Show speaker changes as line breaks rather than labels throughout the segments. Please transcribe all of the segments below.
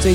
最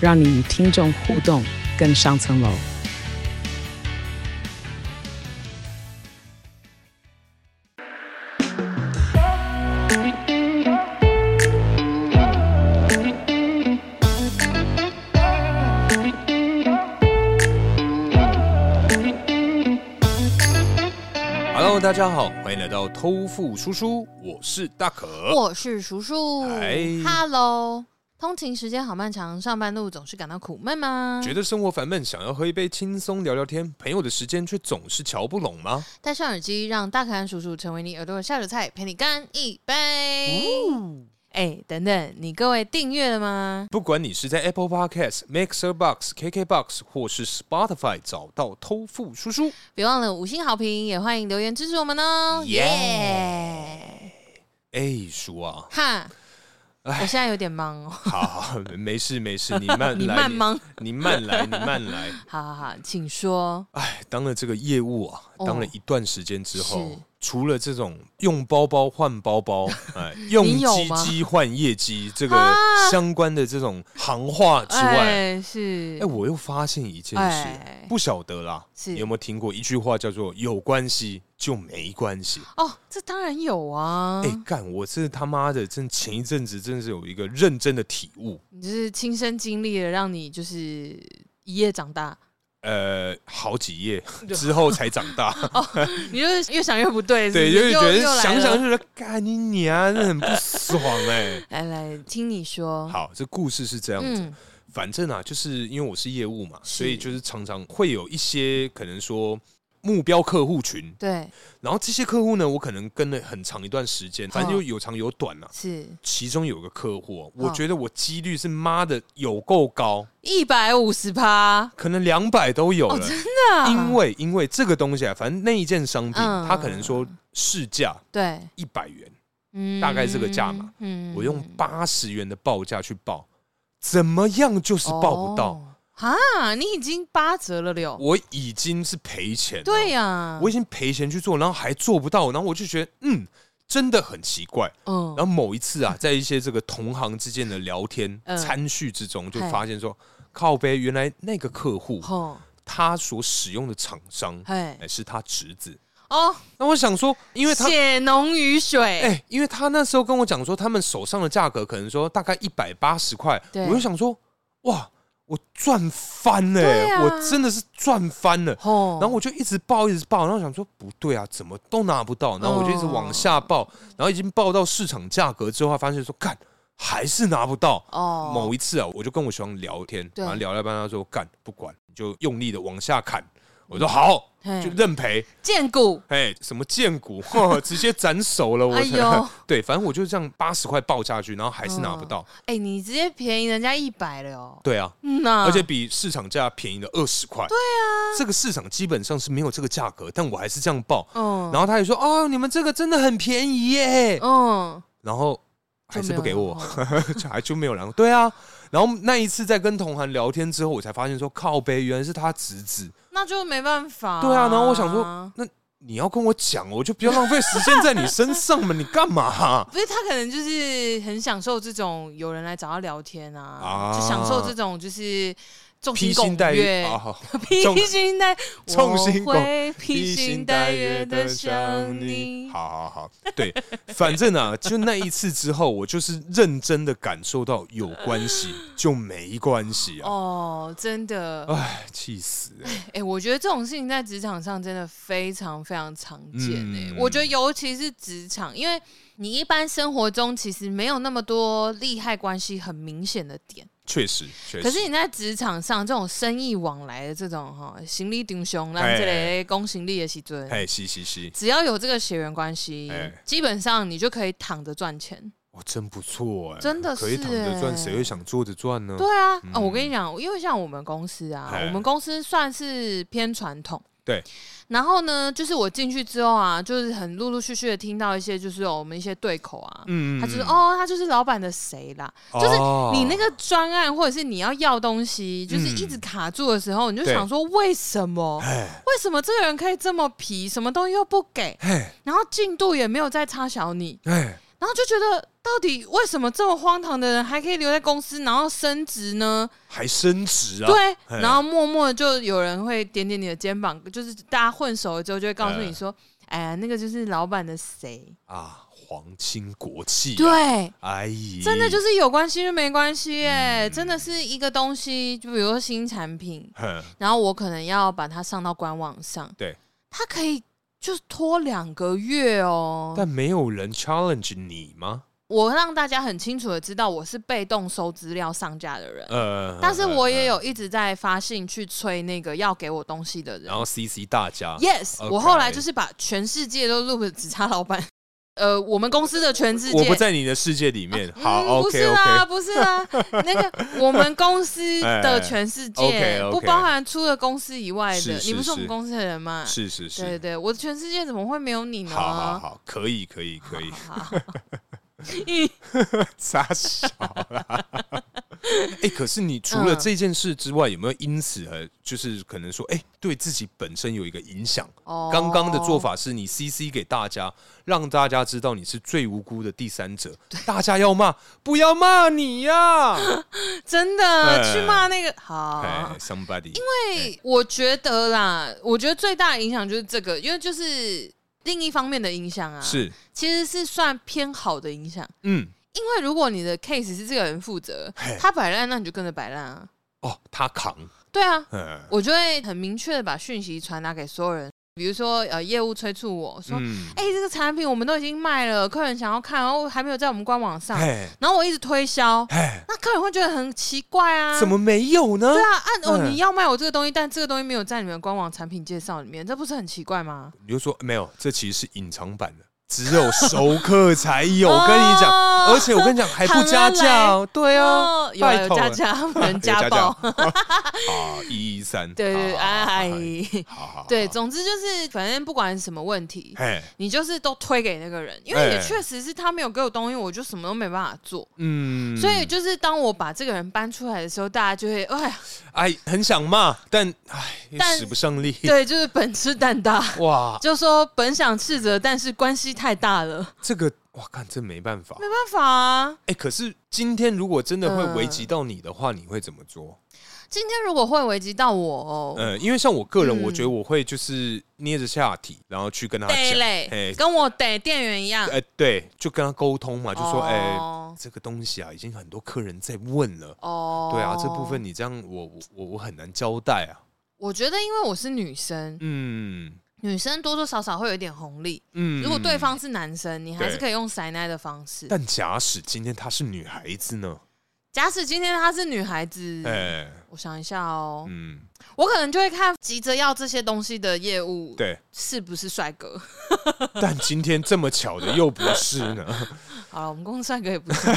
让你与听众互动更上层楼。
Hello，大家好，欢迎来到偷富叔叔，我是大可。
我是叔叔
嗨
，Hello。通勤时间好漫长，上班路总是感到苦闷吗？
觉得生活烦闷，想要喝一杯轻松聊聊天，朋友的时间却总是瞧不拢吗？
戴上耳机，让大可汗叔叔成为你耳朵的下酒菜，陪你干一杯。哎、
哦
等等，你各位订阅了吗？
不管你是在 Apple Podcast、Mixer Box、KK Box 或是 Spotify 找到偷富叔叔，
别忘了五星好评，也欢迎留言支持我们哦。耶、
哎，叔啊，
哈，
哎
我现在有点忙哦，
好好，没事没事，你慢
你
来，
慢忙。
你慢来，你慢来。
好好好，请说。
哎，当了这个业务啊，
哦
当了一段时间之后
是，
除了这种用包包换 包包，哎，用
你有
鸡
吗
鸡换业绩这个
啊
相关的这种行话之外，
哎，是
哎，，我又发现一件
哎
事，不晓得啦，
是
你有没有听过一句话叫做“有关系就没关系
哦，这当然有”？啊。
哎，干，我是他妈的，真前一阵子真是有一个认真的体悟。
你就是亲身经历了，让你就是一夜长大。
呃，好几页之后才长大，
你就是越想越不对，
对，就
就是
觉得想想
来了
就觉得干你娘，啊真的很不爽哎、
来来听你说，
好，这故事是这样子。
嗯，
反正啊，就是因为我是业务嘛，
是
所以就是常常会有一些可能说目标客户群，
对，
然后这些客户呢，我可能跟了很长一段时间，反正就有长有短啊。
是
其中有一个客户哦，我
嗯
觉得我几率是妈的有够高，
一百五十趴，
可能两百都有
哦
了。
那
因为因为这个东西啊，反正那一件商品，
啊嗯
它可能说市价
对，
一百元，
嗯
大概这个价嘛，
嗯
我用八十元的报价去报，怎么样就是报不到。
哦啊，你已经八折了了，
我已经是赔钱了，
对啊呀、
我已经赔钱去做，然后还做不到，然后我就觉得，嗯，真的很奇怪。
嗯
然后某一 次啊，在一些这个同行之间的聊天、
嗯
参叙之中，就
嘿
发现说，靠背原来那个客户
吼，
他所使用的厂商，
嘿
哎，是他侄子。
哦，
那我想说，因为他。
血浓于水，
哎、因为他那时候跟我讲说，他们手上的价格可能说大概一百八十块，
对
我就想说，哇，我赚翻了、
对啊
我真的是赚翻了。
吼，
然后我就一直报，一直报，然后想说不对啊，怎么都拿不到，然后我就一直往下报，
哦
然后已经报到市场价格之后，发现说干还是拿不到。
哦
某一次啊，我就跟我喜欢聊天，
对
然后聊了一半，他说干不管，你就用力的往下砍。我说好，
嘿
就认赔。
见骨，
哎，什么剑骨，呵直接斩首了我。
哎呦
对，反正我就这样八十块报下去，然后还是拿不到。
哎、你直接便宜人家一百了哦，
对啊，
嗯呐、
而且比市场价便宜了二十块。对啊，这个市场基本上是没有这个价格，但我还是这样报。
嗯，
然后他也说：“哦，你们这个真的很便宜耶。
嗯，”
然后还是不给我
就 没，
就还就没有然后。对啊，然后那一次在跟同行聊天之后，我才发现说靠背原来是他侄子。
那就没办法、
对啊，然后我想说，，那你要跟我讲，我就不要浪费时间在你身上嘛，你干嘛啊、
不是他可能就是很享受这种有人来找他聊天啊，
啊
就享受这种就是众
披
星
星
拱
戴月
月。
啊，好
披
众
星戴，
众
我
星拱
会披星戴月的想你。
好好好，对， 反正啊，就那一次之后，我就是认真的感受到有关系就没关系啊，
哦，真的，
哎，气死了！
哎、我觉得这种事情在职场上真的非常非常常见哎、
嗯
我觉得尤其是职场，因为你一般生活中其实没有那么多利害关系很明显的点。
确实，确实。
可是你在职场上这种生意往来的这种哈，行李顶胸，让这
哎
类公行李的时尊，
哎，是是是，
只要有这个血缘关系
哎，
基本上你就可以躺着赚钱。
哦，真不错哎、
真的是
可以躺着赚，
哎
谁会想坐着赚呢？
对啊，啊，
嗯
我跟你讲，因为像我们公司啊，
嘿
我们公司算是偏传统。
对。
然后呢，就是我进去之后啊，就是很陆陆续续的听到一些，就是哦有我们一些对口啊，
嗯
他就是，哦，他就是老板的谁啦，就是你那
个
个专案或者是你要要东西，就是
嗯
一直卡住的时候，你就
对
想说为什么？
哎
为什么这个人可以这么皮，什么东西又不给，
哎
然后进度也没有再插小你，
哎，
然后就觉得到底为什么这么荒唐的人还可以留在公司，然后升职呢？
还升职啊？
对，
嘿
然后默默就有人会点点你的肩膀，就是大家混熟了之后就会告诉你说，哎呀，那个就是老板的谁，
啊，皇亲国戚、啊，，
对。
哎呀，
真的就是有关系就没关系哎、
嗯
真的是一个东西，就比如说新产品，
哼，
然后我可能要把它上到官网上，
对，
它可以就是拖两个月哦。
但没有人 challenge 你吗？
我让大家很清楚的知道我是被动收资料上架的人，
呃，
嗯但是我也
有，
有一直在发信去催那个要给我东西的人
然。后 CC 大家
Yes，、
哦 OK
我后来就是把全世界都 loop 只差老板， 呃，我们公司的全世界，
我不在你的世界里面。好
嗯不
，OK
是啦，
OK，
不是啦， 那个我们公司的全世
哎
界
，OK，OK
不包含除了公司以外的
是，是
你不是我
是
们公司的人嘛？
是是
对对
是，
对，我的全世界怎么会没有你呢？
好好好，可以可以可以，
好，好好咦
傻小啦。 哎，可是你除了
嗯
这件事之外，有没有因此而就是可能说，哎，对自己本身有一个影响？
哦
刚刚的做法是你 CC 给大家，让大家知道你是最无辜的第三者，大家要骂，不要骂你 呀、
真的
哎
去骂那个好。
哎，somebody，
对，我觉得啦，我觉得最大的影响就是这个，因为就是另一方面的影响啊，
是，
其实是算偏好的影响，
嗯，
因为如果你的 case 是这个人负责
嘿，
他摆烂，那你就跟着摆烂啊。
哦，他扛，
对啊，
嗯
我就会很明确的把讯息传达给所有人，比如说呃，业务催促我说，哎、
嗯，
这个产品我们都已经卖了，客人想要看，然后还没有在我们官网上，
哎
然后我一直推销，
哎，
那客人会觉得很奇怪啊，
怎么？没有呢？
对啊，按、哦，
嗯
你要卖我这个东西，但这个东西没有在你们官网产品介绍里面，这不是很奇怪吗？
你就说没有，这其实是隐藏版的，只有熟客才 有。我跟你讲，
哦
而且我跟你讲还不加价哦，对哦，
哦，有啊
拜
有
托
加
了
价，有 人
有
家暴，
啊，一一三，
对 对，
好
哎，，
好好好好，
对，
好，
总之就是反正不管什么问题，
哎，
你就是都推给那个人，因为也
哎
确实是他没有给我东西，我就什么都没办法做。
嗯，
所以就是当我把这个人搬出来的时候，大家就会哎 呀，
哎，很想骂，但哎，
但
使不上力。
对，就是本吃蛋大，
哇，
就说本想斥责，但是关系太大了，
这个哇，看这没办法。
没办法啊。
哎，可是今天如果真的
嗯
会危及到你的话，你会怎么做？
今天如果会危及到我、哦，
呃，因为像我个人，
嗯
我觉得我会就是捏着下体，然后去跟他
对
讲，
嘞
哎，
跟我逮店员一样，
哎，对，就跟他沟通嘛，就说哎，
哦
这个东西啊，已经很多客人在问了。
哦
对啊，这部分你这样，我我我我很难交代啊。
我觉得因为我是女生，
嗯
女生多多少少会有一点红利。
嗯，
如果对，方是男生，你还是
对
可以用塞奶的方式。
但假使今天她是女孩子呢？
假使今天她是女孩子，
哎，
我想一下哦，
嗯，
我可能就会看急着要这些东西的业务
对。
是不是帅 哥。
但今天这么巧的又不是呢，
好了，我们公司帅哥也不错。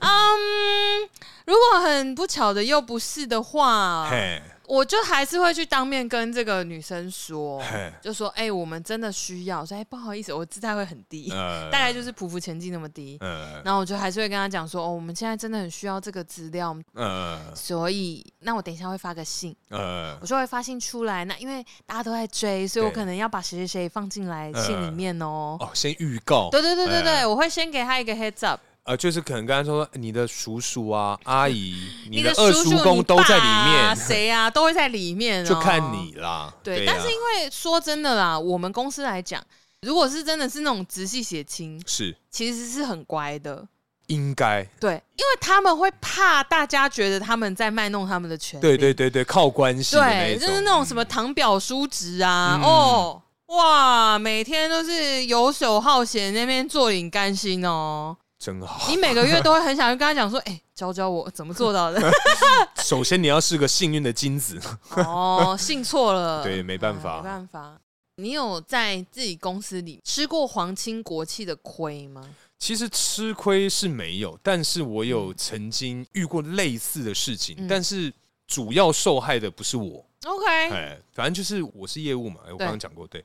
嗯，如果很不巧的又不是的话，
嘿，
我就还是会去当面跟这个女 生说
嘿，
就说：“哎、我们真的需要。”我说：“哎、不好意思，我姿态会很低，
呃
大概就是匍匐前进那么低。
呃
然后我就还是会跟她讲说：“哦，我们现在真的很需要这个资料，
呃
所以那我等一下会发个信。”
呃
我，就会发信出来。那因为大家都在追，所以我
对
可能要把谁谁谁放进来信里面哦。
哦，先预告，
对对对对对，
哎
我会先给他一个 heads up。
呃，就是可能刚才说你的叔叔啊、阿姨、 你
的
二
叔叔
叔公都在里
你爸啊
面，
谁啊都会在里面、哦，
就看。你啦。
对，
呀
但是因为说真的啦，我们公司来讲，如果是真的是那种直系血亲，
是
其实是很乖的。
应该，
对，因为他们会怕大家觉得他们在卖弄他们的权利。
对对对对，靠关系的那
对，
一种，
就是那种什么堂表叔侄啊，
嗯
哦，哇，每天都是游手好闲，那边坐领甘 心哦。
真好
你。每个月都会很想去跟他讲说，哎、教教我怎么做到的。
首先你要是个幸运的金子，
哦，信错了，
对没办法
哎没办法。你有在自己公司里吃过皇亲国戚的亏吗？
其实吃亏是没有，但是我有曾经遇过类似的事情，
嗯
但是主要受害的不是我，
OK，
哎，反正就是我是业务嘛，哎我
对
刚刚讲过，对，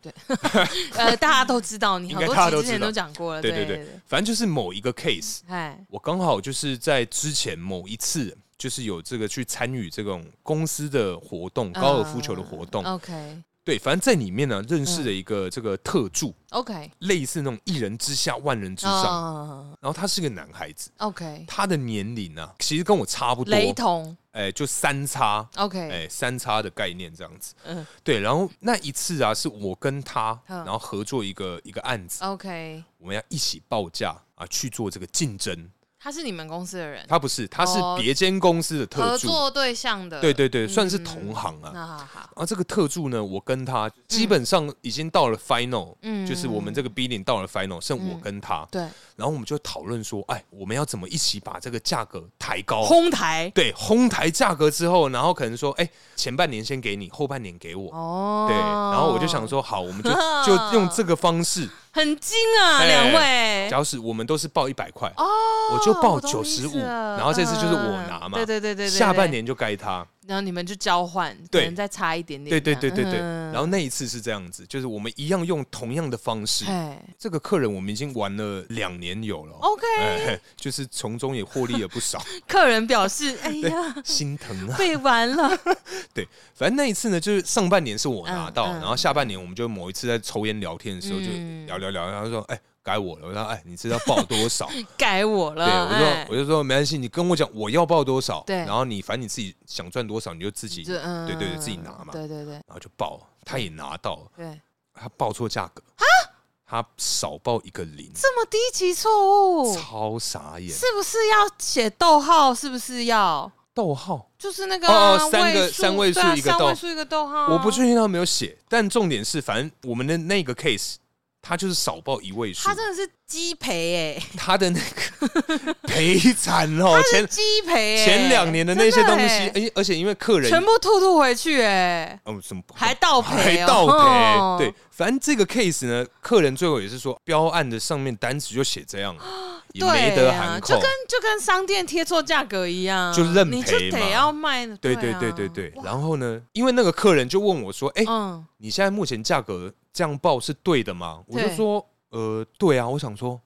呃，大家都知道，你
应
好
该
多
大家
集
都
之前
知道
都讲过了，
对
对
对对，反正就是某一个 case，
哎，
我刚好就是在之前某一次，就是有这个去参与这种公司的活
嗯
动，高尔夫球的活动，
OK，OK，
对，反正在里面呢认
嗯
识了一个这个特助，类似那种一人之下万人之上，
嗯
然后他是个男孩子，
，OK，
他的年龄呢、其实跟我差不多，
雷同
哎、就三差，
，OK，
哎、三差的概念这样子，
嗯
对，然后那一次啊，是我跟他，
嗯
然后合作一个一个案子，
，OK，
我们要一起报价啊去做这个竞争，
他是你们公司的人，
他不是，他是
哦
别间公司的特
合
助。
作对象的，
对对对，
嗯
算是同行啊。
那好好，
啊，这个特助呢，我跟他基本上已经到了 final，、
嗯
就是我们这个 bidding 到了 final，剩我跟他，
对，
然后我们就讨论说，哎，我们要怎么一起把这个价格抬高？
哄抬，
对，哄抬价格之后，然后可能说，哎，前半年先给你，后半年给我。
哦，
对，然后我就想，说，好，我 们就就用这个方式。
很精啊，
哎
两位，
假如是我们都是报一百块，
哦，
我就报
我懂你意思
95
了嗯
然后这次就是我拿嘛
嗯对对对对，对
下半，年就该他。
对然后你们就交换，
对
可能再差一点点，
对对对对对。
嗯
然后那一次是这样子，就是我们一样用同样的方式，
哎
这个客人我们已经玩了两年有了哦。
，OK，
哎，就是从中也获利了不少，
客人 表示，哎呀，
心疼啊。
被玩了，
反正那一次呢，就是上半年是我拿到，
嗯嗯
然后下半年我们就某一次在抽烟聊天的时候就
嗯
聊聊聊，然后说：“哎，该我了。”我说：“哎，你知道报多 少？”
改我了，
对，我说
哎
我就说没关系，你跟我讲我要报多少，
对
然后你反正你自己想赚多少你就自己，
这嗯，
对对对，自己拿嘛，然
对对对
后就报，他也拿到了，
对，
他报错价格他少报一个零，
这么低级错误，
超傻眼，
是不是要写逗号？是不是要？
逗号。
就是那个
哦
啊、
哦三个
数
三位数
对啊
一个
三
逗
位数一个逗号啊、
我不确定他有没有写，但重点是，反正我们的那个 case，他就是少报一位数
他，真的是鸡培哎，
他的那个 赔惨了，前
鸡培哎，
前两年的那些
真
东西，
欸
哎，而且因为客人
全部吐吐回去哎，
哦什么不
还倒
还
赔哦，
倒
哦
赔，对，，反正这个 case 呢，客人最后也是说，标案的上面单子就写这 样，也没
对
得
啊
含
就
扣
跟，就跟商店贴错价格一样，
就认赔嘛
你就得要卖，
对对
对啊
对对，对。然后呢，因为那个客人就问我说，哎，
嗯，
你现在目前价格这样报是对的吗？我就
对
说，呃，对啊，我想说。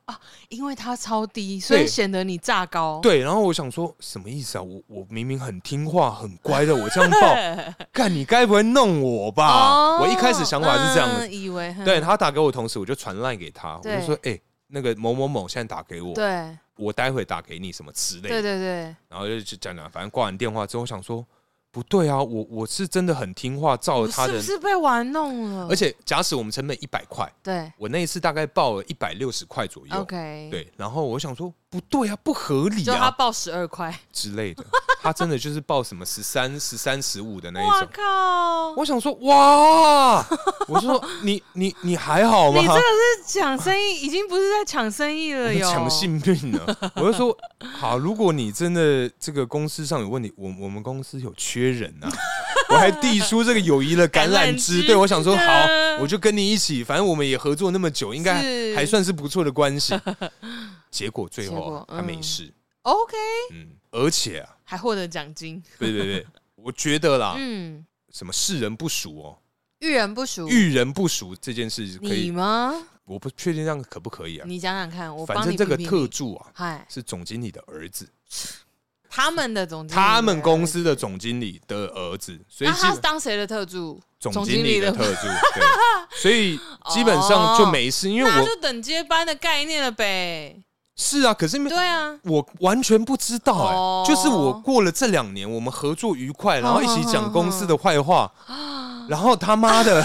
因为它超低，所以
对
显得你价高，
对，然后我想说什么意思啊？我我明明很听话、很乖的，我这样报， 看你该不会弄我吧？
哦
我一开始想法是这样的。
嗯以为
对他打给我同时，我就传赖给他，我就
对
说：“哎、那个某某某现在打给我，
对
我待会打给你什么之类
对对
的。
对，”
然后就就讲讲，反正挂完电话之后，我想说不对啊，我我是真的很听话，照
我
着他
是
的。
不是被玩弄了？
而且假使我们成本一百块，
对
我那一次大概报了一百六十块左右。
，OK，。
对，然后我想说不对啊，不合理
就他
啊，
报十二块，
之类的，他真的就是报什么十三、十三、十五的那一
哇
种。
靠！
我想说，哇，我就说你你你还好吗
你这？个是抢生意，已经不是在抢生意
我
了
们
哟，
抢性命了。我就说，好，如果你真的这个公司上有问题，我我们公司有缺人啊。我还递出这个友谊的橄榄
橄榄
枝，
枝
对我想说
对啊
好，我就跟你一起，反正我们也合作那么久，应该
是
还算是不错的关 系。结果最
结
后
果
啊他没
嗯
事，
OK，
嗯，而且啊，
还获得奖金，
对对对，我觉得 啦，
嗯，
什么世人不熟哦，
遇人不淑，
遇人不熟这件事可
嗯你
以，
吗？
我不确定这样可不可以啊。
你想想看，我
反
帮
正
你
这个
评评
特
理，
助啊，
嗨，
是总经理的儿子，
他们的总经理，
他们公，司的总经理的儿子，所以
那
基
啊他是
本
当谁的特助？
总
总
经
经
理
理
的
的哦
特助， 对，所以基本上就没事，因为
那
我
就等接班的概念了呗。
是啊，可是没
对啊，
我完全不知道哎、
哦嗯
就是我过了这两年，我们合作愉快，然后一起讲公司的坏话，然后他妈 的，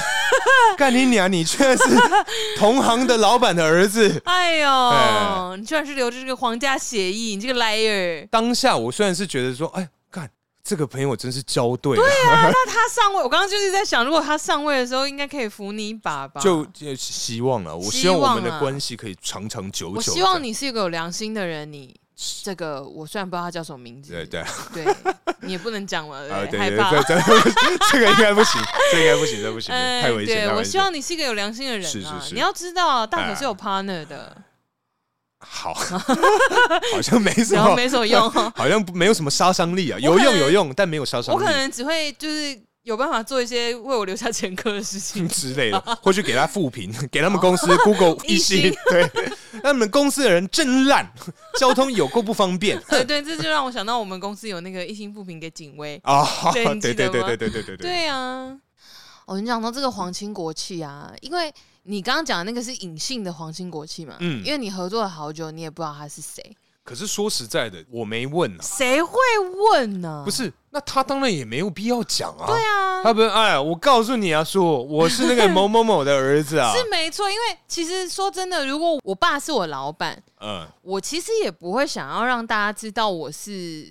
干你娘！你却是同行的老板的儿子。
哎呦，
哎
你居然是留着这个皇家协议，你这个 liar！
当下我虽然是觉得说，哎，干这个朋友真是交对啊了，
那他上位，我刚刚就是在想，如果他上位的时候，应该可以扶你一把 吧？
就就希望了。我
啊希
希望我
望
们的
啊
关系可以长长久久。
我希望，你是一个有良心的人，你这个我虽然不知道他叫什么名字，
对对啊，
对，你也不能讲嘛，对不
对
对
对，
害
这
怕。
这这个应该不 行，这个应该不行，这不行，
哎
太危险。
对
太危
我
险
希望你是一个有良心的人啊！
是是是
你要知道，大可是有 partner 的，
好，好像没什
然后
么，
没什么用哦。
好像不没有什么杀伤力啊，有
可
用
能
有用，但没有杀伤
我
力。
可能只会就是有办法做一些为我留下前科的事情
之类的，或去给他复评， 给他们公司 Google 一
一
星
星，
对， 那你们公司的人真烂，交通有够不方 便
对对，这就让我想到我们公司有那个一星不平给警卫。
啊！
对
对
你
对
记
对
得
对
吗
对对对对对，
对啊，我跟你讲到这个皇亲国戚啊，因为你刚刚讲的那个是隐性的皇亲国戚嘛，
嗯
因为你合作了好久，你也不知道他是谁，
可是说实在的，我没问啊，
谁会问呢、
不是，那他当然也没有必要讲啊。
啊对啊，
他不是哎，我告诉你啊，叔，我是那个某某某的儿子啊。
是没错，因为其实说真的，如果我爸是我老板，
嗯，
我其实也不会想要让大家知道我是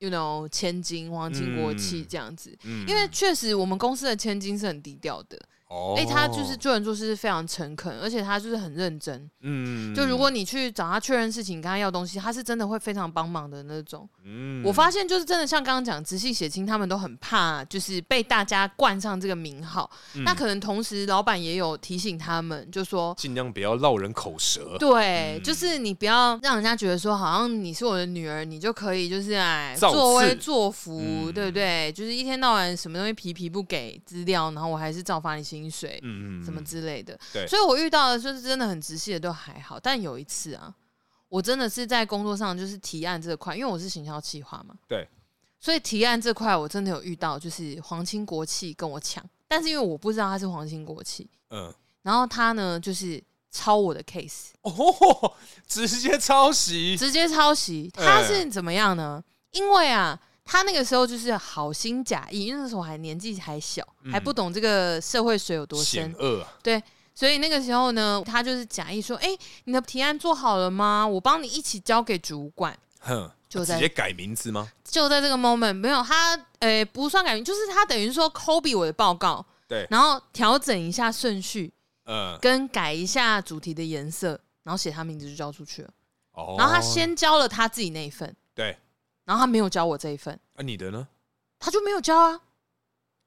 ，you know，千金、皇亲国戚
嗯
这样子。
嗯
因为确实，我们公司的千金是很低调的，
哦
哎、他就是做人做事是非常诚恳，而且他就是很认真。
嗯
就如果你去找他确认事情，跟他要东西，他是真的会非常帮忙的那种。
嗯
我发现就是真的像刚刚讲，直系血亲他们都很怕，就是被大家冠上这个名号。
嗯
那可能同时老板也有提醒他们，就说。
尽量不要落人口舌，
对，
嗯
就是你不要让人家觉得说，好像你是我的女儿，你就可以就是哎
造次
作威作福，
嗯
对不对？就是一天到晚什么东西皮皮不给资料，然后我还是照发你薪水，
嗯
什么之类的。
对
所以我遇到的就是真的很直系的都还好，但有一次啊，我真的是在工作上就是提案这块，因为我是行销企划嘛，
对，
所以提案这块我真的有遇到，就是皇亲国戚跟我抢，但是因为我不知道他是皇亲国戚，
嗯。
然后他呢就是抄我的 case，
哦，直接抄袭，
直接抄袭。
哎
他是怎么样呢？因为啊。他那个时候就是好心假意，因为那时候我还年纪还小，
嗯
还不懂这个社会水有多深
险，恶啊！
所以那个时候呢，他就是假意说：“哎、你的提案做好了吗？我帮你一起交给主管。
哼，啊
就
直
在
接改名字吗？”
就在这个 moment，没有他，呃、不算改名，就是他等于说 copy 我的报告，
对
然后调整一下顺序，
嗯，
跟改一下主题的颜色，然后写他名字就交出去了。
哦，
然后他先交了他自己那一份，
对，
然后他没有交我这一份，
啊，你的呢？
他就没有交啊，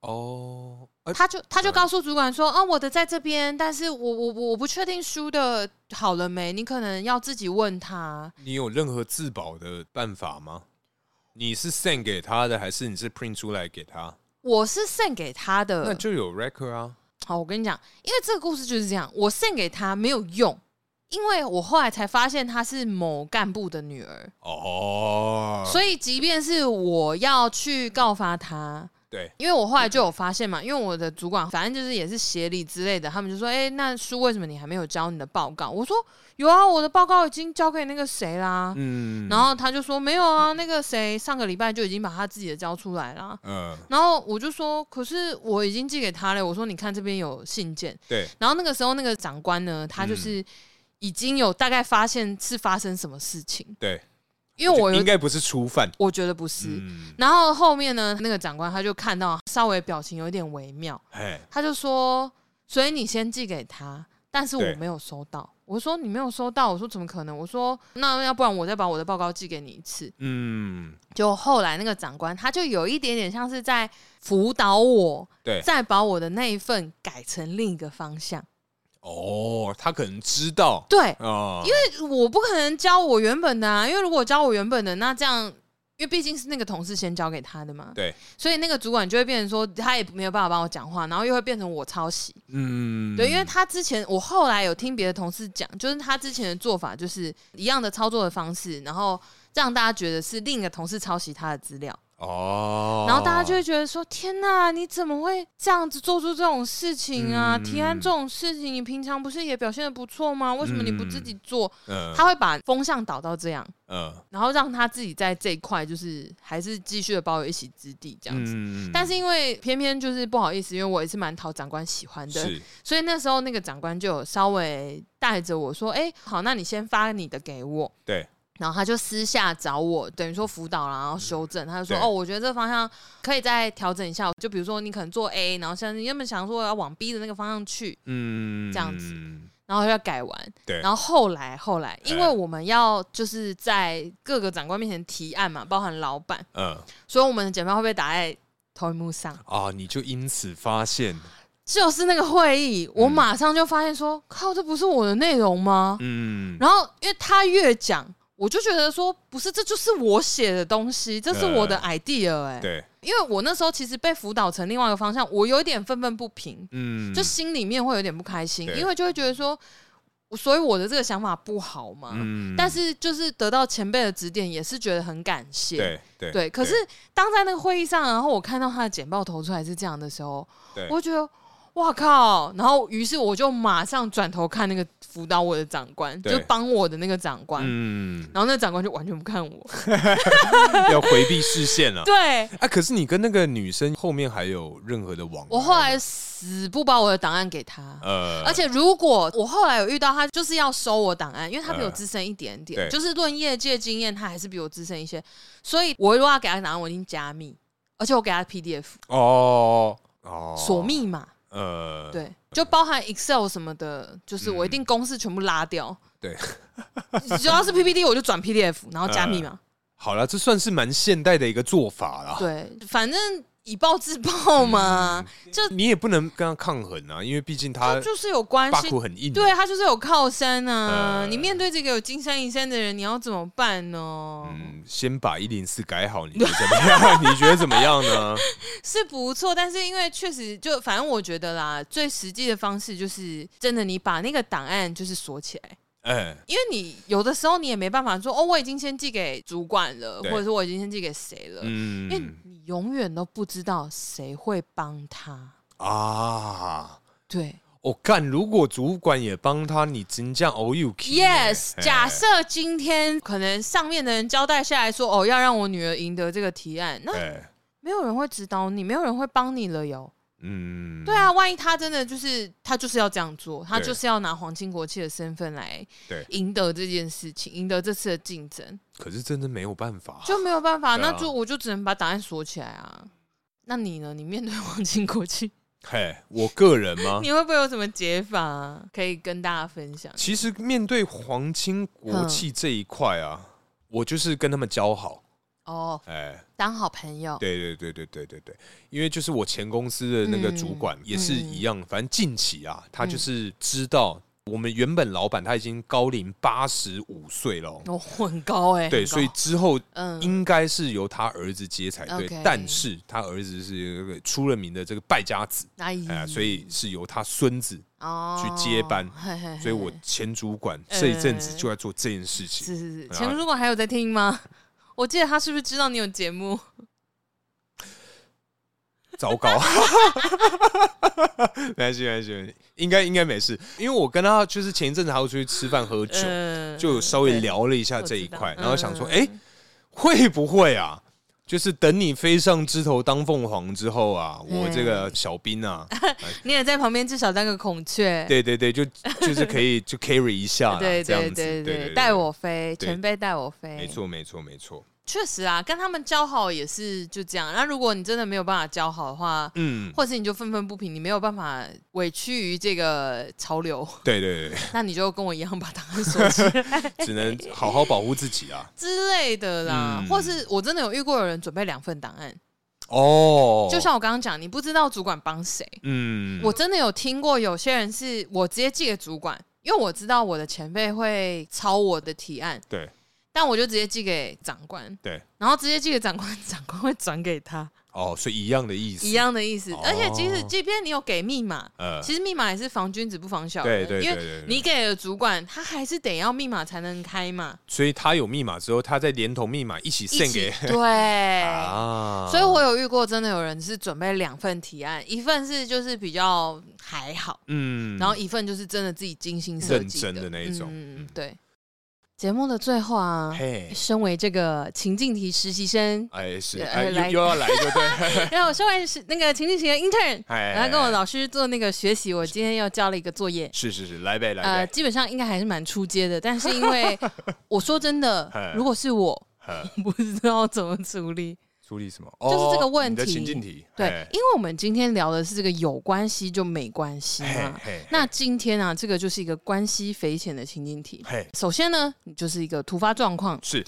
哦，哎
他就他就
嗯
告诉主管说：“啊，我的在这边，但是我我我我不确定书的好了没，你可能要自己问他。”
你有任何自保的办法吗？你是 send 给他的，还是你是 print 出来给他？
我是送给他
那
的。
就有 record 啊。
好，我跟你讲，因为这个故事就是这样，我送给他没有用，因为我后来才发现她是某干部的女儿，
哦，
所以即便是我要去告发她。
对，
因为我后来就有发现嘛，因为我的主管反正就是也是协理之类的，他们就说：“哎、那书为什么你还没有交你的报告？”我说：“有啊，我的报告已经交给那个谁啦。
嗯
然后他就说：“没有啊，那个谁上个礼拜就已经把他自己的交出来啦。”
嗯，
然后我就说，可是我已经寄给他了。我说，你看这边有信件。
对，
然后那个时候，那个长官呢，他
嗯
就是已经有大概发现是发生什么事情，
对，
因为我
就应
有
该不是初犯。
我觉得不是。
嗯，
然后后面呢，那个长官他就看到稍微表情有一点微妙，
哎，
他就说，所以你先寄给他，但是
对
我没有收到。我说你没有收到，我说怎么可能？我说那要不然我再把我的报告寄给你一次。
嗯，
就后来那个长官他就有一点点像是在辅导我，
对，
再把我的那一份改成另一个方向。
哦，他可能知道
对，
啊，因
因为我不可能教我原本的啊，因为如果我教我原本的，那这样，因为毕竟是那个同事先交给他的嘛，
对，
所以那个主管就会变成说他也没有办法帮我讲话，然后又会变成我抄袭。
嗯，
对，因为他之前我后来有听别的同事讲，就是他之前的做法就是一样的操作的方式，然后让大家觉得是另一个同事抄袭他的资料。
哦，
然后大家就会觉得说：“天哪，你怎么会这样子做出这种事情啊？
嗯
提案这种事情，你平常不是也表现的不错吗？为什么你不自己做？”
嗯
他会把风向导到这样，
嗯
然后让他自己在这一块就是还是继续的保有一席之地这样子。
嗯
但是因为偏偏就是不好意思，因为我也是蛮讨长官喜欢的，
是
所以那时候那个长官就有稍微带着我说：“哎、好，那你先发你的给我。”
对。
然后他就私下找我，等于说辅导啦，然后修正。他就说：“
嗯对
哦，我觉得这个方向可以再调整一下。就比如说你可能做 A，然后像你原本想说要往 B 的那个方向去，
嗯
这样子
嗯
然后要改完。
对
然后后来后来，因
哎
为我们要就是在各个长官面前提案嘛，包含老板，
嗯
所以我们的简报会被打在头一幕上。
啊，你就因此发现
就是那个会议，我马上就发现说，靠，这不是我的内容吗？
嗯，
然后因为他越讲，我就觉得说，不是，这就是我写的东西，这是我的 idea 哎、
对，
因为我那时候其实被辅导成另外一个方向，我有点愤愤不平，
嗯，
就心里面会有点不开心，
对
因为就会觉得说，我所以我的这个想法不好嘛。
嗯
但是就是得到前辈的指点，也是觉得很感谢。
对对
对，可是当在那个会议上，然后我看到他的简报投出来是这样的时候，
对
我就觉得哇靠！然后于是我就马上转头看那个辅导我的长官，
对
就帮我的那个长官，
嗯，
然后那长官就完全不看我。
要回避视线 了。
对
啊，可是你跟那个女生后面还有任何的往来吗？
我后来死不把我的档案给他。
呃，
而且，如果我后来有遇到他，就是要收我档案，因为他比我
呃
资深一点
对
点，就是论业界经验，他还是比我资深一些。所以，我如果要给他档案，我一定加密，而且我给他 PDF
哦哦，
锁密码。
呃，
对，就包含 Excel 什么的，就是我一定公式全部拉掉。
对，
只要是 PPT 我就转 PDF，然后加密码。
好了，这算是蛮现代的一个做法啦。
对，反正以暴制暴嘛，
你也不能跟他抗衡啊，因为毕竟
它
他
就是有关
巴
系
苦。很硬。啊
对，啊他就是有靠山啊！
呃
你面对这个有金山银山的人，你要怎么办呢？
嗯，先把一零四改好，你觉得怎 么样？你觉得怎么样呢？
是不错，但是因为确实就反正我觉得啦，最实际的方式就是真的，你把那个档案就是锁起来。
哎，
因为你有的时候你也没办法说哦，我已经先寄给主管了，
对
或者是我已经先寄给谁了， 因为
嗯
你永远都不知道谁会帮他。
啊，
对
我干，如果主管也帮他，你真将 O U K。
，yes，
哎
假设今天可能上面的人交代下来说，哦，要让我女儿赢得这个提案，那
哎，
没有人会指导你，没有人会帮你了哟。
嗯，
对啊，万一他真的就是他就是要这样做，他
对
就是要拿皇亲国戚的身份来
对
赢得这件事情，赢得这次的竞争。
可是真的没有办法，
就没有办法，
对啊
那就我就只能把档案锁起来啊。那你呢？你面对皇亲 国戚，
嘿，我个人吗？
你会不会有什么解法、啊、可以跟大家分享？
其实面对皇亲国戚这一块
嗯
啊，我就是跟他们交好，
哦，
哎，
当好朋友，
对对对对对对对，因为就是我前公司的那个主管也是一
嗯
样，反正近期啊，他就是知道我们原本老板他已经高龄八十五岁了哦，
我、很高哎、
对，
很高
所以之后
嗯，
应该是由他儿子接才对
OK，
但是他儿子是这个出了名的这个败家子，
阿姨
哎、呀，所以是由他孙子。
哦
去接班
嘿嘿嘿
所以我前主管这一阵子就在做这件事情。
嗯是是是，
啊
前主管还有在听吗？ 我记得他是不是知道你有节目？
糟糕， 没关系，没关系没关系，应该应该没事，因为我跟他就是前一阵子还要出去吃饭喝酒，
嗯
就稍微聊了一下
对
这一块
我，知道
然后想说，
嗯
哎、会不会啊？就是等你飞上枝头当凤凰之后啊，我这
嗯
个小兵啊，
你也在旁边，至少当个孔雀，
对对对，就就是可以就 carry 一下啦，
对
这样
对
子，对
对
对，
带，我欸飞，
对
前辈带我飞，
没错没错没错，
确实啊，跟他们交好也是就这样。那如果你真的没有办法交好的话，
嗯，
或是你就愤愤不平，你没有办法委屈于这个潮流，
对对
那你就跟我一样把档案锁起来
对，只能好好保护自己啊。
之类的啦。
嗯
或是我真的有遇过有人准备两份档案，
哦，
就像我刚刚讲，你不知道主管帮谁。
嗯，
我真的有听过有些人是我直接寄给主管，因为我知道我的前辈会抄我的提案，
对
但我就直接寄给长官，
对
然后直接寄给长官，长官会转给他。
哦，所以一样的意思，
一，样的意思。
哦
而且即使即便你有给密码，
呃，
其实密码也是防君子不防小
对
人，
对
因
对
为
对，
你给了主管，他还是得要密码才能开嘛，
所以他有密码之后，他再连同密码一起
一
献
起
给
对。
啊，
所以我有遇过，真的有人是准备两份提案，一份是就是比较还好，
嗯，
然后一份就是真的自己精心设计
认真的那一种
嗯
嗯，
对。节目的最后啊，
嘿，，
身为这个情境题实习生
哎是，
呃
哎又
来
又要来就 对，
然后身为是那个情境题的 intern，
哎，
然后跟我老师做那个学习，我今天又交了一个作业。
是是是，来呗
呃，
来呗，
基本上应该还是蛮出街的，但是因为 我说真的
哎，
如果是我，
呃
我不知道怎么处理。
处理什么？
是这个
哦
问
你的
题
情境题，
对
哎，
因为我们今天聊的是这个有关系就没关系
嘿
嘛。
嘿，
那今天啊，这个就是一个关系匪浅的情境题。
嘿
首先呢，你就是一个突发状况，
是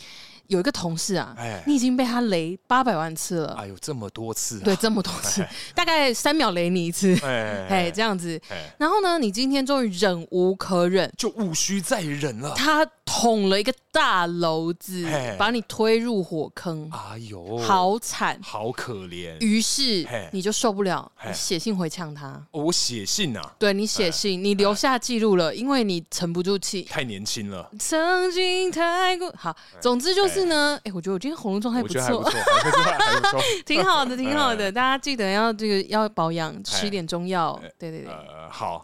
有一个同事啊，
哎
你已经被他雷八百万次了，
哎呦，这么多次、啊，
对，这么多次，大概三秒雷你一次，
哎
哎，这样子。
哎，
然后呢，你今天终于忍无可忍，
就无需再忍了。
他捅了一个大篓子
嘿，
把你推入火坑，
哎呦，，
好惨。
好可怜。
于是
嘿
你就受不了，
嘿
你写信回呛他。
哦我写信啊，
对你写信，你留下记录了，因为你沉不住气。
太年轻了，
曾经太过好，总之就是呢，哎，我觉得我今天喉咙状态
我
不
觉得还不
错
错，，还不错，还不错。
挺好的，挺好的。大家记得要这个要保养，吃一点中药。对对对，
呃，好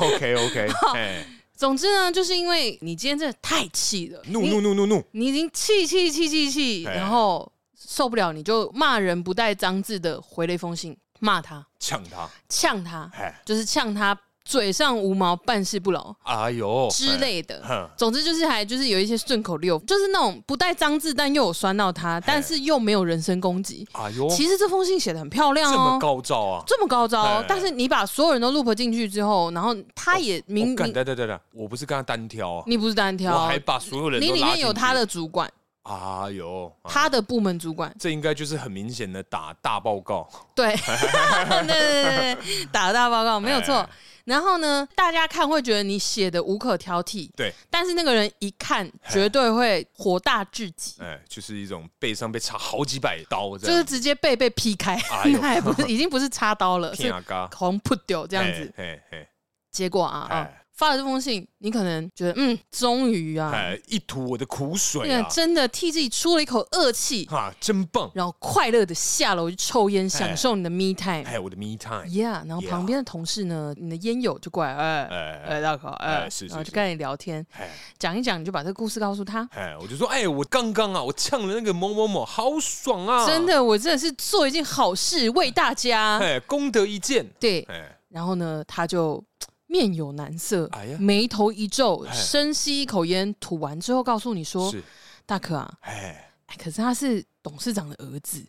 ，OK OK，哎，
总之呢，就是因为你今天真的太气了，
怒
你
怒怒怒怒，
你已经气气气气气，
哎
然后受不了，你就骂人不带脏字的回了一封信，骂他，
呛他，
呛他，
哎，
就是呛他嘴上无毛，办事不牢
哎呦
之，类 的。
哼，
总之就是还就是有一些顺口溜，就是那种不带脏字，但又有酸到他，但是又没有人身攻击。
哎呦，
其实这封信写的很漂亮
这
哦
么，高招啊！
这么高招
哎
哦，但是你把所有人都 loop 进去之后，然后
哦
他也明
敏感，
明
等等等等，我不是跟他单挑啊，
你不是单
我
挑
还，把所有人
你
都
里
拉
面有
进去
他，的主管，
哎呦，啊
他的部门主管，
这应该就是很明显的打大报告，
对，对对对对，打大报告没有错
哎。
然后呢，大家看会觉得你写的无可挑剔，
对，
但是那个人一看绝对会火大至极，
哎，就是一种背上被插好几百刀这
就
样，
是直接被被劈开，
哎呦
那还不是 已经不是插 刀了，
天
是
啊嘎，
狂扑丢这
这
样子。，
哎哎
结果啊啊
哎，
发了这封信，你可能觉得嗯，终于啊，
哎，一吐我的苦水
那
啊
个，哎真的替自己出了一口恶 气，
啊，真棒，
然后快乐的下楼去抽
哎
烟，享受你的 me time。
哎，我的 me time，
Yeah，然后
Yeah
旁边的同事呢，你的烟友就过来，哎
哎
哎哎，大可，哎
哎，是是
然后就是跟你聊天，
哎。
讲一讲，你就把这个故事告诉他。
哎，我就说，哎，我刚刚啊，我呛了那个某某某，好爽啊！
真，的，我真的是做一件好事为 大家。
哎，功德一件，
对，
哎，
然后呢，他就嘖面有难色
哎呀，
眉头一皱，
哎
深吸一口烟，吐完之后告诉你说
是，：“
大可啊，
哎，
哎可是他是董事长的儿子。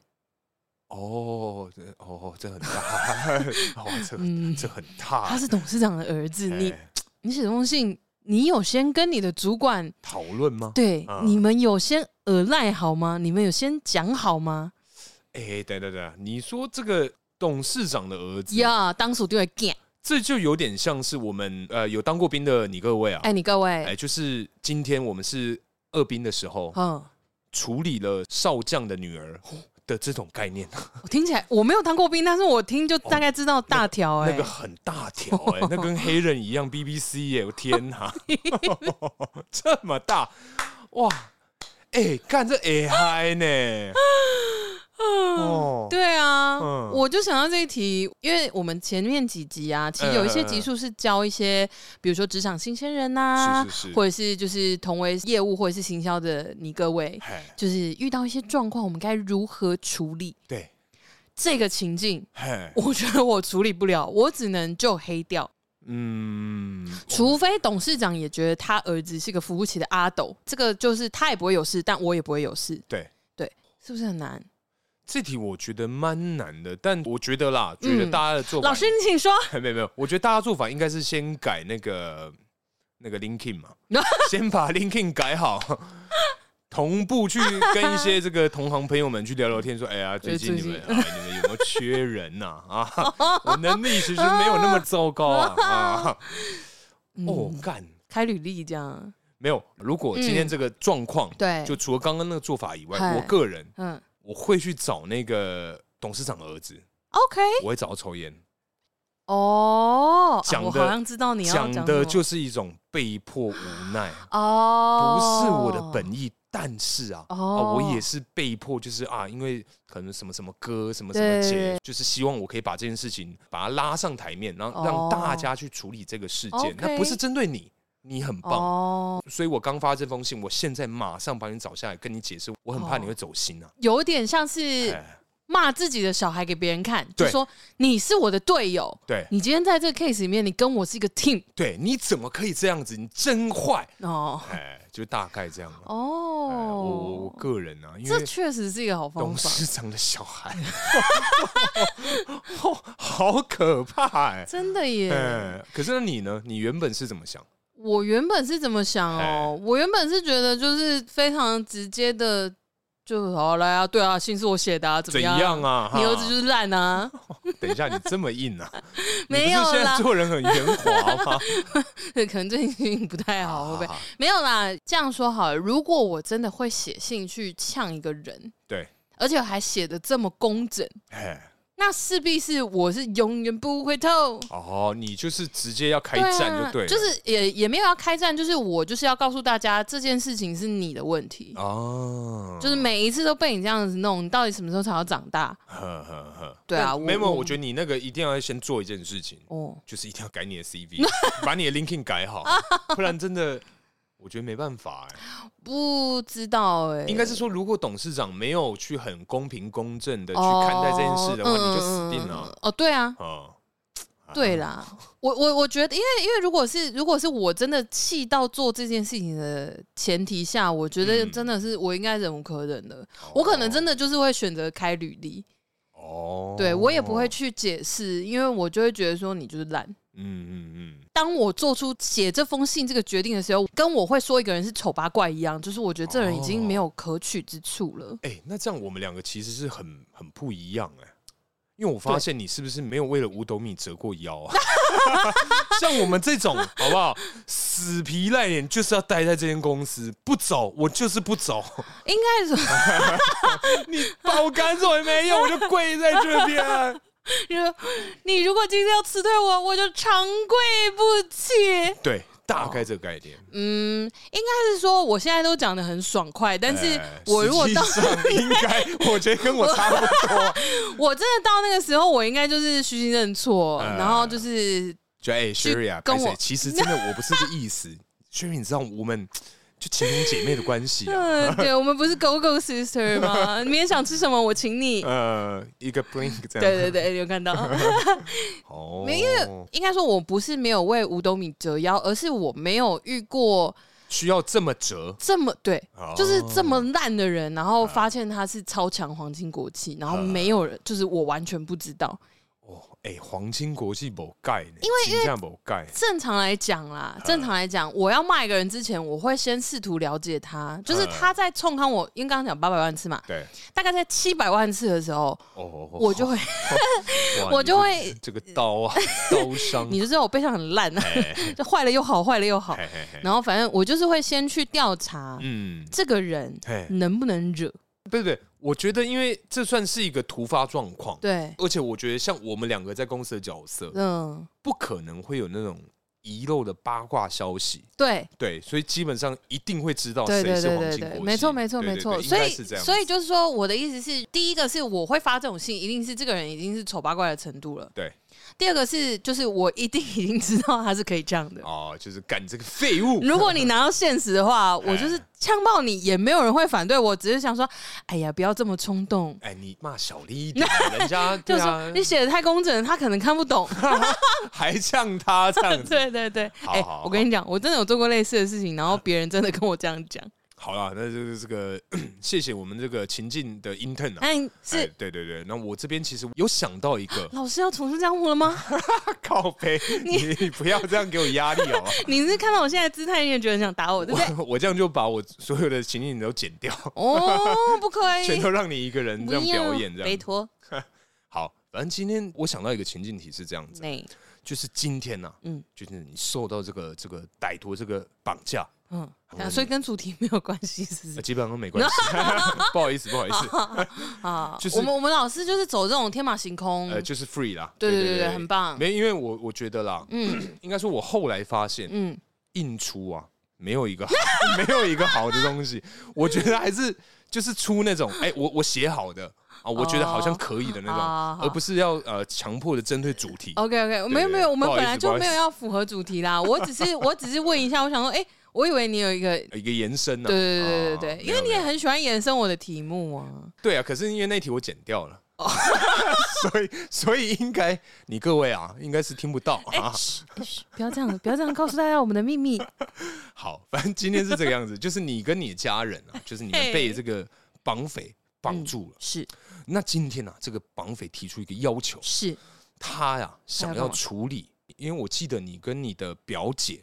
哦，这哦，这很大， 哇，这
嗯
这很大，
他是董事长的儿子，
哎
你你写这封信，你有先跟你的主管
讨论吗？
对、
啊
你们有先耳赖好吗？你们有先讲好吗？
哎，等等等，你说这个董事长的儿子，
呀、当属对 g
这就有点像是我们呃有当过兵的你各位啊，
哎，你各位，
哎，就是今天我们是二兵的时候
嗯，
处理了少将的女儿的这种概念。
我听起来我没有当过兵，但是我听就大概知道大条哎、
哦那个很大条哎、那跟黑人一样 BBC 耶、我天 哪，这么大哇！哎、干这哎嗨呢？哦，
嗯对啊，
嗯
我就想到这一题，因为我们前面几集啊，其实有一
嗯
些集数是教一些，比如说职场新鲜人呐、
是是是
或者是就是同为业务或者是行销的你各位，
嘿，
就是遇到一些状况，我们该如何处理
对，
这个情境？
嘿，
我觉得我处理不了，我只能就黑掉。
嗯，
除非董事长也觉得他儿子是个扶不起的阿斗，这个就是他也不会有事，但我也不会有事，
对，
是不是很难？
这题我觉得蛮难的，但我觉得啦，觉得
嗯
大家的做法，
老师，你请说。
没有没有，我觉得大家做法应该是先改那个那个 linking 嘛，先把 linking 改好，同步去跟一些这个同行朋友们去聊聊天，说，哎 呀，最近你们啊，你们有没有缺人呐、啊？我能力其实没有那么糟糕啊 啊！哦，干。
嗯开履历这样，
没有，如果今天这个状况，
嗯对
就除了刚刚那个做法以外，
嗨
我个人
嗯
我会去找那个董事长的儿子，
，OK，
我会找他抽烟，
哦，啊
讲的
我好像知道你要
讲
讲什么
的就是一种被迫无奈。
哦，
不是我的本意，但是啊，
哦
啊我也是被迫，就是啊，因为可能什么什么歌，什么什
对
么
对
节
对，
就是希望我可以把这件事情把它拉上台面，然后
哦
让大家去处理这个事件
OK。
那不是针对你，你很棒。
哦，
所以我刚发这封信，我现在马上把你找下来跟你解释，我很怕
哦
你会走心啊。
有点像是
哎，
骂自己的小孩给别人看，就
对
说你是我的队友，
对
你今天在这个 case 里面，你跟我是一个 team
对，你怎么可以这样子？你真坏！
哦
哎，就大概这样啊。哎我我我
哦，
个人啊，因
这
为
确实是一个好方
董
法，
事长的小孩， 好可怕哎、
真的耶。
欸 嗯哎，可是那你呢？你原本是怎么想？
我原本是怎么想哦？我原本是觉得就是非常直接的，就好来啊，对啊，信是我写的啊，怎么
怎
样？
样啊？
你
哈
儿子就是烂啊，
等一下，你这么硬啊？
没有
你不是现
啦
在做人很圆滑吗？
可能最近不太好，会不会？没有啦，这样说好了。如果我真的会写信去呛一个人，
对，
而且还写的这么工整，
哎，
那势必是我是永远不回头。
哦，你就是直接要开
对啊
战就对了，
就是也也没有要开战，就是我就是要告诉大家这件事情是你的问题，
哦，
就是每一次都被你这样子弄，你到底什么时候才要长大？
呵呵呵，
对啊，
没有，没有我觉
得
得你那个一定要先做一件事情，
哦，
就是一定要改你的 CV，把你的 LinkedIn 改好，不然真的。我觉得没办法、哎，
不知道哎、
应该是说，如果董事长没有去很公平公正的去看待这件事的话，
哦
你就死定。
嗯嗯嗯
了
嗯。哦，对啊，
哦，
对
了，
啦，我我我觉得，因为因为如果是如果是我真的气到做这件事情的前提下，我觉得
嗯
真的是我应该忍无可忍了。我可能真的就是会选择开履历，
哦，
对我也不会，去解释，因为我就会觉得说你就是烂。
嗯嗯嗯，
当我做出写这封信这个决定的时候，跟我会说一个人是丑八怪一样，就是我觉得这人已经没有可取之处了。
哎、那这样我们两个其实是很很不一样哎、因为我发现你是不是没有为了五斗米折过腰啊？ 像我们这种好不好，死皮赖脸就是要待在这间公司不走，我就是不走，
应该是说，
把我赶走也没用，我就跪在这边。
就是你如果今天要辞退我，我就长跪不起。
对，大概这个概念。
嗯，应该是说我现在都讲的很爽快，但是我如果到、
哎实际上应该，我觉得跟我差不多。
我真的到那个时候，我应该就是虚心认错，
哎
然后就是
就 哎，Sherry 啊，
跟
跟我
我
其实真的我不是这意思。Sherry，你知道我们就情同姐妹的关系 啊。
嗯，对我们不是 Go Go Sister 吗？你也想吃什么，我请 你。
呃，一个 blink 这样。
对对对，有看到。
哦，
没因为应该说，我不是没有为五斗米折腰，而是我没有遇过
需要这么折，
这么对，
哦啊
就是这么烂的人，然后发现他是超强黄金国际，然后没有人，就是我完全不知道。
哦，哎、黄金国际某盖呢，因为因为某盖，
正常来讲啦，正
啊
常来讲，我要骂一个人之前，我会先试图了解他，
啊
就是他在冲康我，因为刚刚讲八百万次嘛，
对，
大概在七百万次的时候，
哦哦，哦
我就会，
哇
我
你
就
这
会
这个刀啊，刀伤，
你就知道我背上很烂啊，
哎
就坏了又好，坏了又好，
嘿嘿嘿
然后反正我就是会先去调查
哎嗯，
这个人
嘿，
能不能惹，
对对，我觉得因为这算是一个突发状况，
对，
而且我觉得像我们两个在公司的角色，
嗯，
不可能会有那种遗漏的八卦消息，
对，
对，所以基本上一定会知道
对
谁
对
哦是
对
黄
对
金
对，
国际，
没错没错
对
没
对
错，
对
所
应该
以
是这样，
所以就是说，我的意思是，第一个是我会发这种信，一定是这个人已经是丑八怪的程度了。
对。
第二个是，就是我一定已经知道他是可以这样的。
哦，就是干这个废物，
如 果你拿到现实的话，我就是
哎
呛爆你，也没有人会反对我，只是想说，哎呀，不要这么冲动。
哎，你骂小力一点啊，人家
就
对
是
啊
说，你写的太工整了，他可能看 不懂。
还呛他这 样子。
对对对，
好
哎
好，
我跟你讲，我真的有做过类似的事情，然后别人真的跟我这样 讲，
好了，那就是这个谢谢我们这个情境的 intern 啊。
哎，
哎
是
对对对，那我这边其实有想到一 个
老师要重出江湖了吗？
靠背，你不要这样给我压力哦。
你是看到我现在的姿态，你也觉得很想打我，对不对？
我 我这样就把我所有的情境都剪掉，
哦，不可以，
全都让你一个人
不
这样表
要
演这
拜
样。
托，
好，反正今天我想到一个情境题是这样子，
那
就是今天呐，
嗯
嗯，就是你受到这个这个歹徒这个绑架，
嗯、啊，所以跟主题没有关系，是不
呃
是？
基本上没 关系，不好意思，不好意思，
啊，
就是
我们我们老师就是走这种天马行空，
呃，就是 free 啦。
嗯对对对对，很棒，
没，因为我我觉得啦，
嗯
应该说，我后来发现
嗯，
印出啊，没有一个好， 没有一个好的东西。我觉得还是就是出那种，哎、我我写好的啊，我觉得好像可以的那种，
哦
而不是要呃强迫的针对主题。
OK OK，
对
没有没有，我们
不好意
本
思
来就
不好意
没
思
有要符合主题啦， 我只是我只是问一下，我想说，哎、我以为你有 一个。
一个延伸呢、啊，
对对对对
啊
对，
没
因
有
为你也
没有
很喜欢延伸我的题目啊。
对啊，可是因为那题我剪掉 了，所以所以应该你各位啊，应该是听不到啊。
哎不要这样，不要这样告诉大家我们的秘密。
好，反正今天是这个样子，就是你跟你的家人啊，就是你们
嘿
被这个绑匪绑住了。
是
那今天呢、啊，这个绑匪提出一个要求，
是，
他呀、
哎要
想
干
要
嘛
处理，因为我记得你跟你的表姐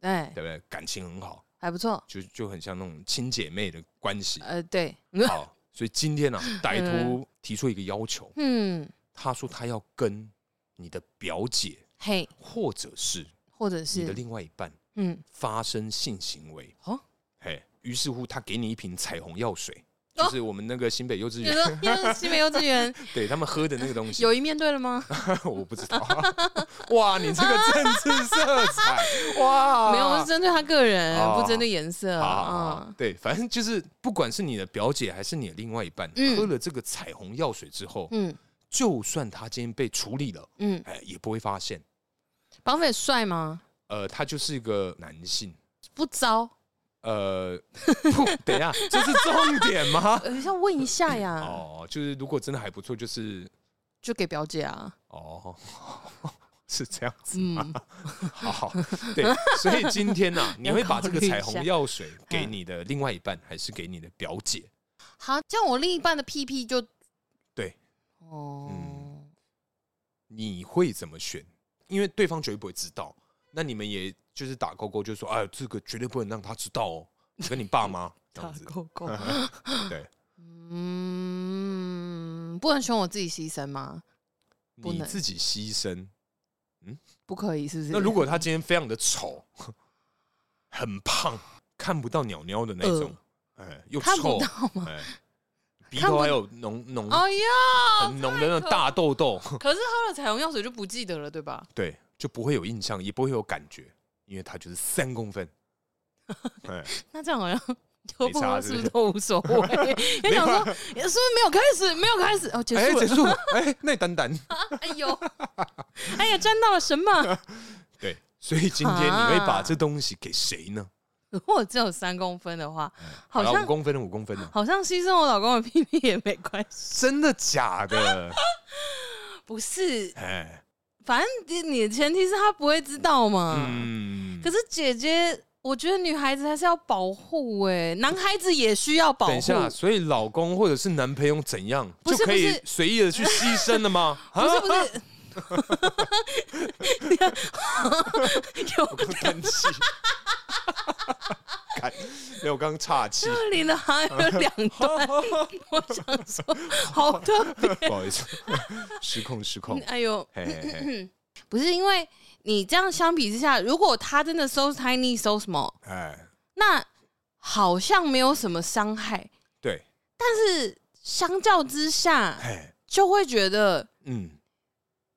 哎，
对不对？感情很好，
还不错，
就就很像那种亲姐妹的关系。
呃，嗯对，
好，所以今天呢、啊，歹徒提出一个要求，
嗯，
他说他要跟你的表姐
嘿，
或者是
或者
你的
是，
另外一半
嗯，
发生性行为。
哦，
嘿，于是乎他给你一瓶彩虹药水，
哦
就是我们那个新北幼稚
你
园、
说因为西北幼 稚园
对他们喝的那个东西。
有一面对了吗？
我不知道。 哇，你这个政治色 彩，哇，
没有，我是针对他个人，
哦
不针对颜色。
好好好
嗯，
啊对，反正就是不管是你的表姐还是你的另外一半，
嗯
喝了这个彩虹药水之后，
嗯
就算他今天被处理了，
嗯，
哎，也不会发现。
绑匪帅吗？
呃，他就是一个男性。
不招，
呃， 不，等一下，这是重点吗？
呃，要问一下呀，
哦，就是如果真的还不错，就是
就给表姐啊。
哦， 是这样子。
嗯，
好好，对，所以今天呢、你会把这个彩
要考
虹
虑一下嗯
药水给你的另外一半，还是给你的表姐？
好，这样我另一半的屁屁就
对，
哦，
嗯你会怎么选？因为对方绝对不会知道，那你们也就是打勾勾，就说哎，这个绝对不能让他知道哦，你跟你爸 妈这样子。
够够。
对，
嗯，不能选我自己牺牲吗？不
你
能
自己牺牲。
不可以，是不是？
那如果他今天非常的丑，很胖，看不到鸟鸟的那种，哎，又
看不
臭
到，吗？
哎，鼻
看
头
不
还有浓浓
哎呀，
很浓的那种
太可
大痘痘，
可是喝了彩虹药水就不记得了，对吧？
对，就不会有印象，也不会有感觉，因为它就是三公 分。哎，
那这样好像就
没
不
差
喝
是
是
不
不
是啊
是都无所谓？ 因为想说是不是没有开始，没有开始哦，结
哎，
束
结
了，
束，哎，那丹丹，
哎呦，哎呀，沾到了什么？
对，所以今天你会把这东西给谁呢？
如果只有三公分的话，好
了，
像
五公分的五公分的，
好像牺牲我老公的屁屁也没关系，
真的假 的？
不是？
哎，
反正你的前提是他不会知道嘛。
嗯
可，是姐姐，我觉得女孩子还是要保护哎、男孩子也需要保护
等一。下，啊所以老公或者是男朋友怎样
不
就是可
不
以
是
随意的去牺牲了 吗？
不
啊
是不是，有
叹气， 看，没有，我刚刚岔 气，
这里呢还有两 段，我想说好特别。
不好意思， 失控失控，
哎呦，
嘿嘿嘿，
不是因为你这样相比之下，如果他真的搜 tiny 搜什么，
哎，
那好像没有什么伤害，
对，
但是相较之下，
哎，
就会觉得
嗯，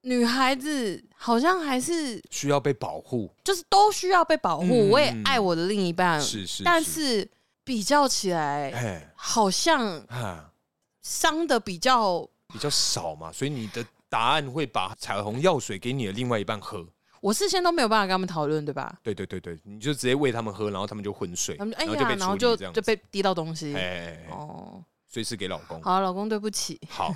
女孩子好像还是
需要被保护，
就是都需要被保护。
嗯
我也爱我的另一半，
是是，
嗯但是比较起来，
哎
好像
啊，
伤的比较。
比较少嘛，所以你的答案会把彩虹药水给你的另外一半喝。
我事先都没有办法跟他们讨论，对吧？
对对对对，你就直接喂他们喝，然后他们就昏睡，
他们就哎
然后就
呀，
被
然后
处
就
理这样
就
子，
被滴到东西
哎。哎，哎
哦，
所以是给老公。
好，老公，对不起。
好，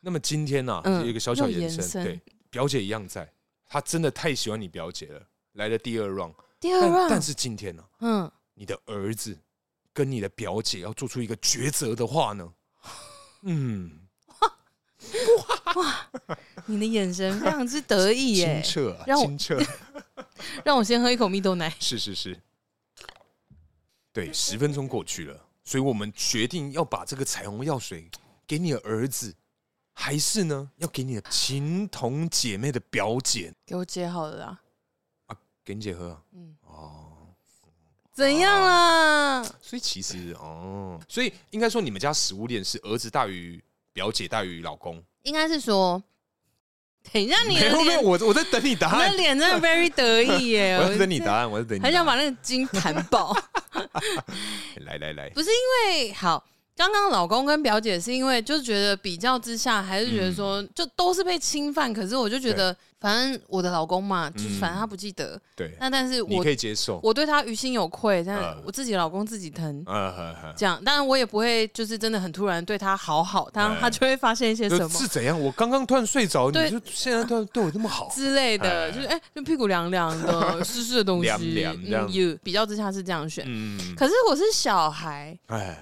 那么今天呢、
嗯
有一个小小
又
延
延
伸，
伸
对，表姐一样在，她真的太喜欢你表姐了，来了第二 round，,
第二
但
round，
但是今天呢、
嗯，
你的儿子跟你的表姐要做出一个抉择的话 呢，嗯，
你的眼神 非常之得意
清
耶，
澈、啊，
让我
清澈，
让我先喝一口蜜豆奶。
是是是，对，十分钟过去了，所以我们决定要把这个彩虹药水给你的儿子，还是呢要给你的情同姐妹的表姐
给我姐好了啦，
啊，给你姐喝、啊，
嗯
嗯，哦。
怎样啦？
所以其实哦，所以应该说你们家食物链是儿子大于表姐大于老公。
应该是说，等一下你
没
的
有没有，
脸，
我我在等你答
你的
案，
脸 真的 very 得意耶，
我在等你答案，我在等你答案。
很想把那个筋弹 爆。
来来来，
不是因为好，刚刚老公跟表姐是因为就觉得比较之下，还是觉得
嗯
说、就都是被侵犯，可是我就觉得反正我的老公嘛，就是反正他不记得，
对，
那但是
嗯你
我
可以接受。
我对他于心有愧，但
嗯
我自己老公自己疼。
呃呵呵，
这样，当然我也不会，就是真的很突然对他好好，当然
哎
他就会发现一些什
就
么
是怎样？我刚刚突然睡着，你
对
就现在突然对我这么好，
之类的，
哎
就是哎、就屁股凉凉 的，湿湿的东西，
凉凉这样
嗯，有比较之下是这样选。
嗯，
可是我是小孩，
哎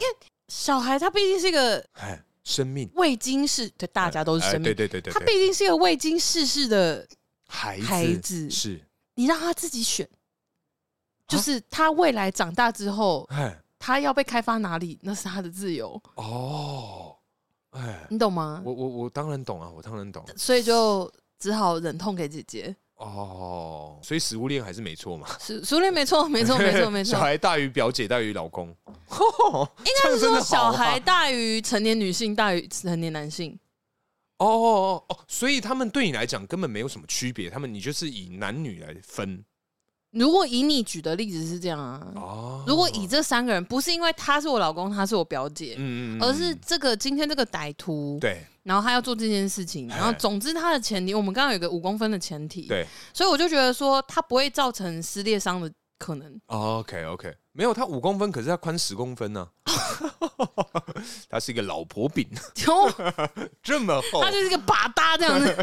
小孩他毕竟是一个
哎，生命
未经世，对大家都是
哎
生
对，
命
对对对，
他
对
毕竟是一个未经世事的，
孩
孩
子
子
是啊
你让他自己选，就是他未来长大之后，
哎，
他要被开发哪里，那是他的自由，
哦，哎，
你懂吗？
我我我当然懂啊，我当然懂
所以就只好忍痛给姐姐。
哦，所以食物链还是没错嘛，
熟熟练 没错，没 错，没错，没错
小。孩大于表姐大于老公，应
应该是说
啊
小孩大于成年女性大于成年男性，
哦哦哦，所以他们对你来讲根本没有什么区别，他们你就是以男女来分
如果以你举的例子是这样啊，
哦。
如果以这三个人，不是因为他是我老公，他是我表姐，
嗯
而是这个今天这个歹徒，
对
然后他要做这件事情，
哎
然后总之他的前提，我们刚刚有一个五公分的前提，
对
所以我就觉得说他不会造成撕裂伤的可 能，
，OK OK，没哦有他五公分，可是他宽十公分呢、 他是一个老婆饼，
然后
这么厚
他，就是一个把搭这 样子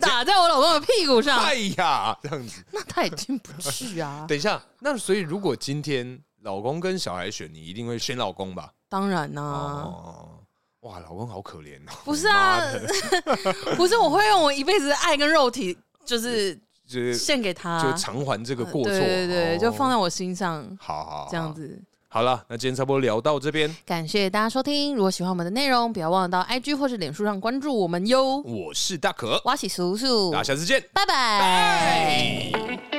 打在我老公的屁股上，
哎呀，这样子。
那他也进不去 啊，
等一下，那所以如果今天老公跟小孩选，你一定会选老公吧？
当然啊啦、
哦，哇，老公好可怜哦。
不是啊
妈的
不是，我会用我一辈子的爱跟肉体，就是
就是
献给他，
就偿还这个过错，
啊呃对对对，
哦
就放在我心上，
好好好
这样。子。
好了，那今天差不多聊到这边。
感谢大家收听，如果喜欢我们的内容，不要忘了到 IG 或是脸书上关注我们哟。
我是大可，
我是叔叔
大家，下次见，
拜拜。
拜。